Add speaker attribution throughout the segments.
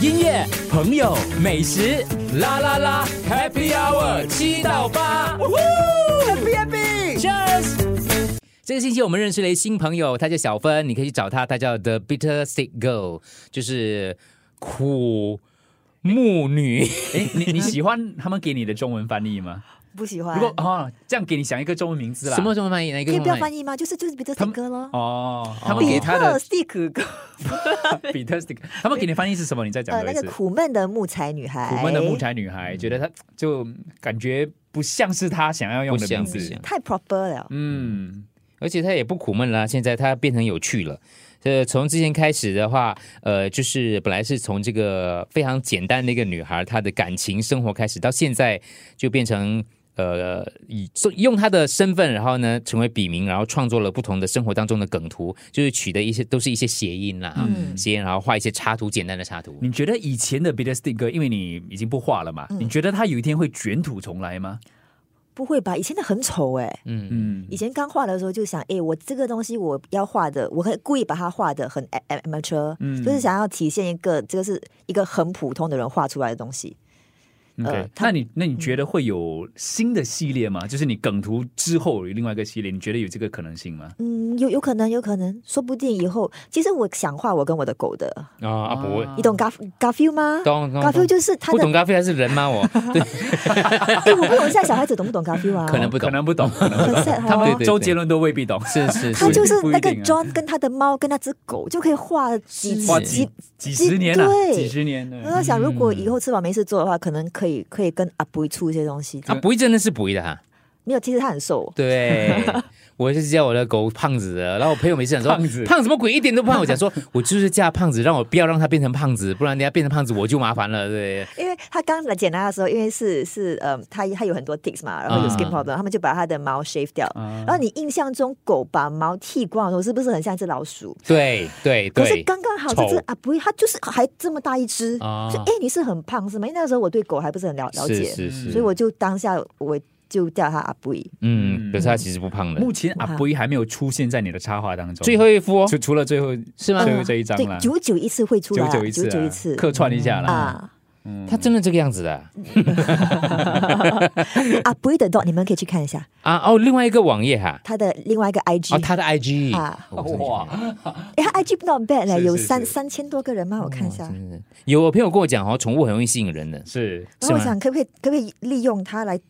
Speaker 1: 音乐、朋友、美食，啦啦啦，Happy Hour 七到八，Happy Happy，Cheers。这个星期我们认识了一新朋友，他叫小芬，你可以去找他，他叫 The Bitter Sick Girl，就是苦木女。
Speaker 2: 哎，你你喜欢他们给你的中文翻译吗？
Speaker 3: 不喜欢
Speaker 2: 如。果哦，这样给你想一个中文名字啦。
Speaker 1: 什么中文翻译？哪一个
Speaker 3: 可以
Speaker 1: 中
Speaker 3: 不要
Speaker 1: 文翻
Speaker 3: 翻
Speaker 1: 译？
Speaker 3: 译吗？就是就是比特
Speaker 2: 他
Speaker 3: 斯
Speaker 2: 们
Speaker 3: 哥咯，
Speaker 2: 哦，他们给他
Speaker 3: 比特
Speaker 2: 的
Speaker 3: 斯蒂哥，
Speaker 2: 比特 stick，他们给你翻译是什么？你再讲
Speaker 3: 呃，
Speaker 2: 多
Speaker 3: 那
Speaker 2: 一次。
Speaker 3: 个苦闷的木材女孩，
Speaker 2: 苦闷的木柴女孩，觉得她就感觉不像是她想要用的名
Speaker 1: 不像不
Speaker 2: 字
Speaker 1: 像。
Speaker 3: 太 proper 了。
Speaker 2: 嗯，
Speaker 1: 而且他也不苦闷啦，现在他变成有趣了。呃，从之前开始的话，呃，就是本来是从这个非常简单的一个女孩，她的感情生活开始，到现在就变成呃，以用她的身份，然后呢成为笔名，然后创作了不同的生活当中的梗图，就是取的一些都是一些谐音啦，
Speaker 3: 嗯
Speaker 1: 谐音，然后画一些插图，简单的插图。
Speaker 2: 你觉得以前的 Bitter Stick 因为你已经不画了嘛，
Speaker 3: 嗯
Speaker 2: 你觉得它有一天会卷土重来吗？
Speaker 3: 不会吧？以前的很丑哎、
Speaker 1: 嗯，
Speaker 2: 嗯
Speaker 3: 以，前刚画的时候就想，哎、我这个东西我要画的，我很故意把它画的很 a- a- amateur，、
Speaker 2: 嗯
Speaker 3: 就是想要体现一个这个是一个很普通的人画出来的东西。
Speaker 2: 嗯 OK，
Speaker 3: 呃嗯
Speaker 2: 那你那你觉得会有新的系列吗？就是你梗图之后有另外一个系列，你觉得有这个可能性吗？
Speaker 3: 嗯，有有可能，有可能，说不定以后，其实我想画我跟我的狗的，
Speaker 1: 啊，阿伯，
Speaker 3: 你懂 Garf Garfield 吗
Speaker 1: 懂懂
Speaker 3: ？Garfield
Speaker 1: 懂
Speaker 3: 就是他
Speaker 1: 不
Speaker 3: 的
Speaker 1: 懂，咖啡还是人吗？ 我对，
Speaker 3: 哎，我不懂现在小孩子懂不懂 Garfield 啊？
Speaker 1: 可能不 懂
Speaker 2: 可能不懂，可能不
Speaker 3: 很
Speaker 2: 懂
Speaker 3: sad 哦
Speaker 2: 他
Speaker 1: 对
Speaker 2: 们
Speaker 1: 对对
Speaker 2: 周杰伦都未必懂。
Speaker 1: 是是
Speaker 3: 他
Speaker 1: 是，
Speaker 3: 就是
Speaker 2: 不一
Speaker 3: 那个
Speaker 2: 定啊
Speaker 3: John 跟他的猫跟那只狗就可以画 几
Speaker 1: 是
Speaker 2: 哇，
Speaker 1: 自
Speaker 2: 几嗯
Speaker 3: 几
Speaker 1: 己。
Speaker 2: 几十年了、
Speaker 3: 对
Speaker 2: 几十年
Speaker 3: 我
Speaker 2: 了。
Speaker 3: 在想，如果以后
Speaker 1: 嗯
Speaker 3: 吃饱没事做的话，可能可以可以跟阿布出一些东西。
Speaker 2: 嗯
Speaker 1: 啊，不会真的是不会的哈、
Speaker 3: 没有，其实他很瘦，
Speaker 1: 对，我就是叫我的狗胖子的，然后我朋友每次讲说
Speaker 2: 胖子
Speaker 1: 胖什么鬼，一点都不胖。我讲说， 我就是叫胖子，让我不要让他变成胖子，不然等下变成胖子我就麻烦了。对，
Speaker 3: 因为他刚来剪它的时候，因为是是呃，他他有很多 ticks 嘛，然后有 skin
Speaker 1: 啊
Speaker 3: problem，、他们就把他的毛 shave 掉。
Speaker 2: 啊
Speaker 3: 然后你印象中狗把毛剃光的时候，是不是很像一只老鼠？
Speaker 1: 对，对，
Speaker 3: 可是
Speaker 1: 对，
Speaker 3: 刚刚好这只
Speaker 1: 丑
Speaker 3: 阿布，它就是还这么大一只，
Speaker 1: 啊
Speaker 3: 所以哎，你是很胖是吗？因为那个时候我对狗还不是很了了
Speaker 1: 是
Speaker 3: 解，
Speaker 1: 是是，
Speaker 3: 所以我就当下我就叫他阿布。
Speaker 1: 嗯，可是他其实不胖的。
Speaker 2: 目前阿布还没有出现在你的插画当中，
Speaker 1: 最后一幅哦，
Speaker 2: 除除了最后
Speaker 1: 是吗
Speaker 2: 最后这一张
Speaker 3: 嗯对
Speaker 2: 啦，，
Speaker 3: 九九一次会出来
Speaker 2: 九
Speaker 3: 啊，
Speaker 2: 九一次啊，
Speaker 3: 九一次
Speaker 2: 客串一下啦。
Speaker 3: 啊。
Speaker 1: 他真的这个样子的啊
Speaker 2: 嗯
Speaker 3: 阿布的啊 dog，你们可以去看一下
Speaker 1: 啊哦，另外一个网页哈，
Speaker 3: 他的另外一个 IG
Speaker 1: 哦，他的 IG
Speaker 3: 啊
Speaker 1: 哦我真的
Speaker 2: 哇
Speaker 1: 去看
Speaker 3: 哎，他 IG not bad 嘞，
Speaker 2: 是
Speaker 3: 有
Speaker 2: 是
Speaker 3: 三
Speaker 2: 是哦
Speaker 3: 三千多个人吗？我看一下。
Speaker 1: 哦
Speaker 3: 哎
Speaker 1: 真的有我朋友跟我讲哦，宠物很容易吸引人的，
Speaker 2: 是
Speaker 3: 然后
Speaker 1: 是
Speaker 3: 我
Speaker 1: 吗
Speaker 3: 想，可不可以可不可以利用它来呃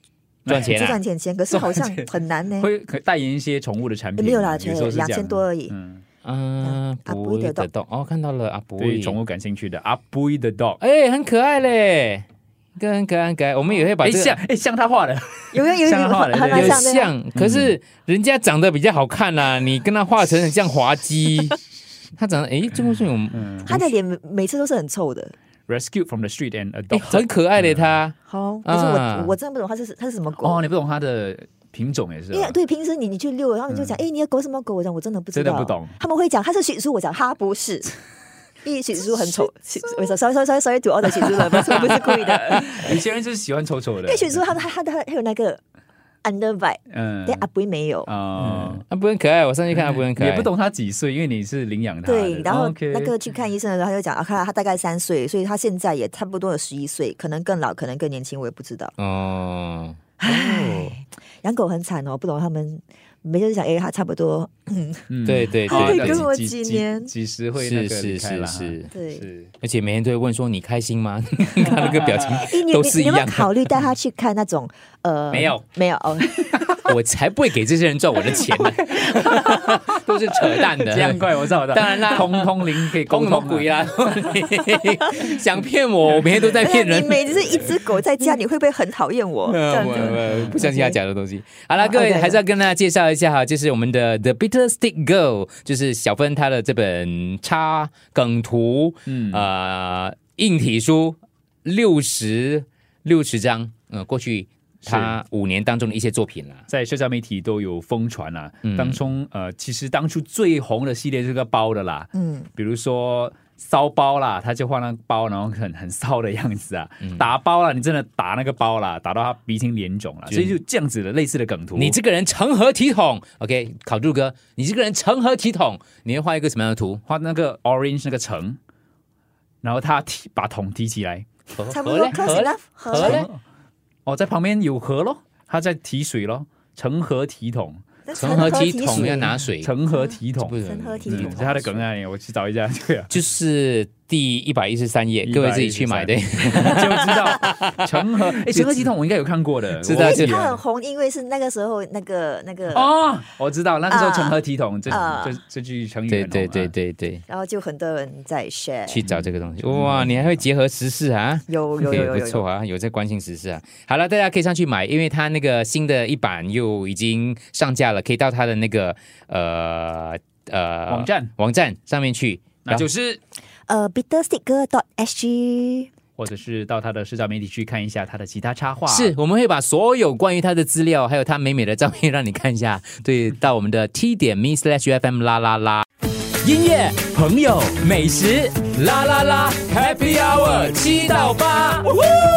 Speaker 1: 赚钱
Speaker 3: 去
Speaker 1: 啊
Speaker 3: 赚，钱钱？可是好像很难呢。
Speaker 2: 会可代言一些宠物的产
Speaker 3: 也
Speaker 2: 品，
Speaker 3: 嗯没有啦，
Speaker 2: 有
Speaker 3: 才
Speaker 2: 时候是这
Speaker 3: 两
Speaker 2: 样
Speaker 3: 千多。而已。
Speaker 2: 嗯，
Speaker 1: 啊，
Speaker 3: 啊
Speaker 1: 不
Speaker 3: 不会
Speaker 1: 会
Speaker 3: 得
Speaker 1: 得到哦，看到了啊，不
Speaker 2: 对
Speaker 1: 会
Speaker 2: 宠物感兴趣的阿布的 dog，
Speaker 1: 哎、很可爱嘞，一个很可爱，很可爱。我们也会把
Speaker 2: 哎
Speaker 1: 这个
Speaker 2: 像哎像他画的，
Speaker 3: 有没有有没
Speaker 2: 像
Speaker 3: 有
Speaker 2: 画的
Speaker 3: 还
Speaker 2: 对
Speaker 3: 蛮
Speaker 1: 有
Speaker 3: 像的啊？
Speaker 1: 像，可
Speaker 2: 嗯
Speaker 1: 是人家长得比较好看啦、 你跟他画成很像滑稽。他长得哎，这个是有
Speaker 2: 嗯
Speaker 3: 他的脸每每次都是很臭的。
Speaker 2: ，rescued from the street and
Speaker 1: 哎
Speaker 2: adopted，
Speaker 1: 很可爱的他，
Speaker 3: 好，可是
Speaker 1: 啊
Speaker 3: 我我真的不懂它是它是什么
Speaker 2: 哦，
Speaker 3: 狗。
Speaker 2: 你不懂他的品种也是啊，嗯
Speaker 3: 因为对平时你你去遛，他们就讲，哎，你的狗什么狗？我讲我真的不知
Speaker 2: 真的
Speaker 3: 道，
Speaker 2: 不懂
Speaker 3: 他们会讲它是许叔，我讲它 不是。因为许叔很丑，许我说 sorry sorry sorry sorry to all the 许叔了，不是我不是故意 的。
Speaker 2: 有些人就是喜欢丑丑的
Speaker 3: 因为，许叔他他他他他有那个 under vibe，
Speaker 2: 嗯
Speaker 3: 但阿不没有。
Speaker 2: 啊，
Speaker 1: 啊不很可爱，我上去看他不很可爱，
Speaker 2: 嗯也不懂他几岁，因为你是领养他的，哦
Speaker 3: 对，然后
Speaker 2: OK
Speaker 3: 那个去看医生的时候，他就讲啊，看他大概三岁，所以他现在也差不多有十一岁，可能更老，可能更年轻，我也不知道。
Speaker 1: 哦。
Speaker 3: 唉，养狗很惨哦，不懂他们，每次就想，哎，他差不多，
Speaker 2: 嗯
Speaker 1: 对哦对
Speaker 3: 还可以
Speaker 2: 好
Speaker 3: 跟我
Speaker 2: 几
Speaker 3: 几
Speaker 2: 几
Speaker 3: 年
Speaker 2: 几时会那个
Speaker 1: 是是
Speaker 2: 离开
Speaker 1: 是
Speaker 2: 啦
Speaker 1: 是，
Speaker 3: 对。
Speaker 2: 是
Speaker 1: 而且每天都会问说你开心吗？ 看那个表情
Speaker 3: 哎，你
Speaker 1: 都
Speaker 3: 你
Speaker 1: 是
Speaker 3: 你
Speaker 1: 一
Speaker 3: 有没有
Speaker 1: 样的。
Speaker 3: 考虑带他去看那种呃？
Speaker 1: 没有，
Speaker 3: 没有哦。
Speaker 1: 我才不会给这些人赚我的钱呢， 都是扯淡的。
Speaker 2: 这样怪我知道的，
Speaker 1: 当然啦
Speaker 2: 通通灵可以沟
Speaker 1: 公什
Speaker 2: 通
Speaker 1: 么
Speaker 2: 啊
Speaker 1: 鬼 啦！想骗我，我每天都在骗
Speaker 3: 你
Speaker 1: 人。
Speaker 3: 每次一只狗在家，你会不会很讨厌我？这
Speaker 1: 呃
Speaker 3: 样
Speaker 1: 我
Speaker 3: 子哦
Speaker 1: 我不相信他讲的东西。好了，各位
Speaker 3: OK，OK
Speaker 1: 还是要跟大家介绍一下哈，就是我们的《The Bitter Stick Girl》，就是小芬她的这本插梗图，
Speaker 2: 嗯
Speaker 1: 呃，硬体书六十六十张，呃，过去她五年当中的一些作品啦。
Speaker 2: 在社交媒体都有疯传啦、
Speaker 1: 嗯
Speaker 2: 当中呃，其实当初最红的系列是个包的啦，
Speaker 3: 嗯，
Speaker 2: 比如说骚包啦，他就画那个包，然后很很骚的样子啊，
Speaker 1: 嗯
Speaker 2: 打包啦，你真的打那个包啦，打到他鼻青脸肿啦，所以就这样子的类似的梗图。
Speaker 1: 你这个人成何体统？OK，考住哥，你这个人成何体统？你会画一个什么样的图？
Speaker 2: 画那个 orange 那个橙，然后他提把桶提起来，
Speaker 3: 差不多 close enough，好
Speaker 1: 合嘞
Speaker 3: 嘞。
Speaker 2: 哦，在旁边有河咯，他在提水咯，成何提桶，
Speaker 3: 那
Speaker 1: 成何体
Speaker 3: 体
Speaker 1: 统
Speaker 3: 水
Speaker 1: 要拿水，
Speaker 2: 成何提桶
Speaker 1: 不，是
Speaker 3: 成何体
Speaker 2: 嗯，
Speaker 3: 统
Speaker 2: 是他的梗在哪里？我去找一下，对啊，
Speaker 1: 就是第一百一十三页，各位自己去买的。
Speaker 2: 就知道成何，哎，成何提桶我应该有看过的，
Speaker 1: 知道
Speaker 2: 我忘
Speaker 1: 这
Speaker 2: 记
Speaker 1: 个
Speaker 3: 它
Speaker 2: 了
Speaker 3: 很红，因为是那个时候那个那个，
Speaker 2: 哦，我知道那个时候
Speaker 3: 啊
Speaker 2: 成何体统这
Speaker 3: 啊
Speaker 2: 这这句成语很
Speaker 1: 对
Speaker 2: 红，
Speaker 1: 对对
Speaker 2: 啊，
Speaker 1: 对对，
Speaker 3: 然后就很多人在 share，
Speaker 1: 去找这个东西。哇，你还会结合时事啊？
Speaker 3: 有有
Speaker 1: 对
Speaker 3: 有有
Speaker 1: 不
Speaker 3: 有
Speaker 1: 错啊，有在关心时事啊。好了，大家可以上去买，因为它那个新的一版又已经上架了，可以到它的那个呃呃
Speaker 2: 网站
Speaker 1: 网站上面去。
Speaker 2: 那就是是
Speaker 3: 呃，bitter sticker dot sg，
Speaker 2: 或者是到他的社交媒体去看一下他的其他插画，啊
Speaker 1: 是，我们会把所有关于它的资料，还有它美美的照片让你看一下。对，到我们的 t 点 me slash fm 啦啦啦。音乐、朋友、美食，啦啦啦，Happy Hour 七到八，Woohoo！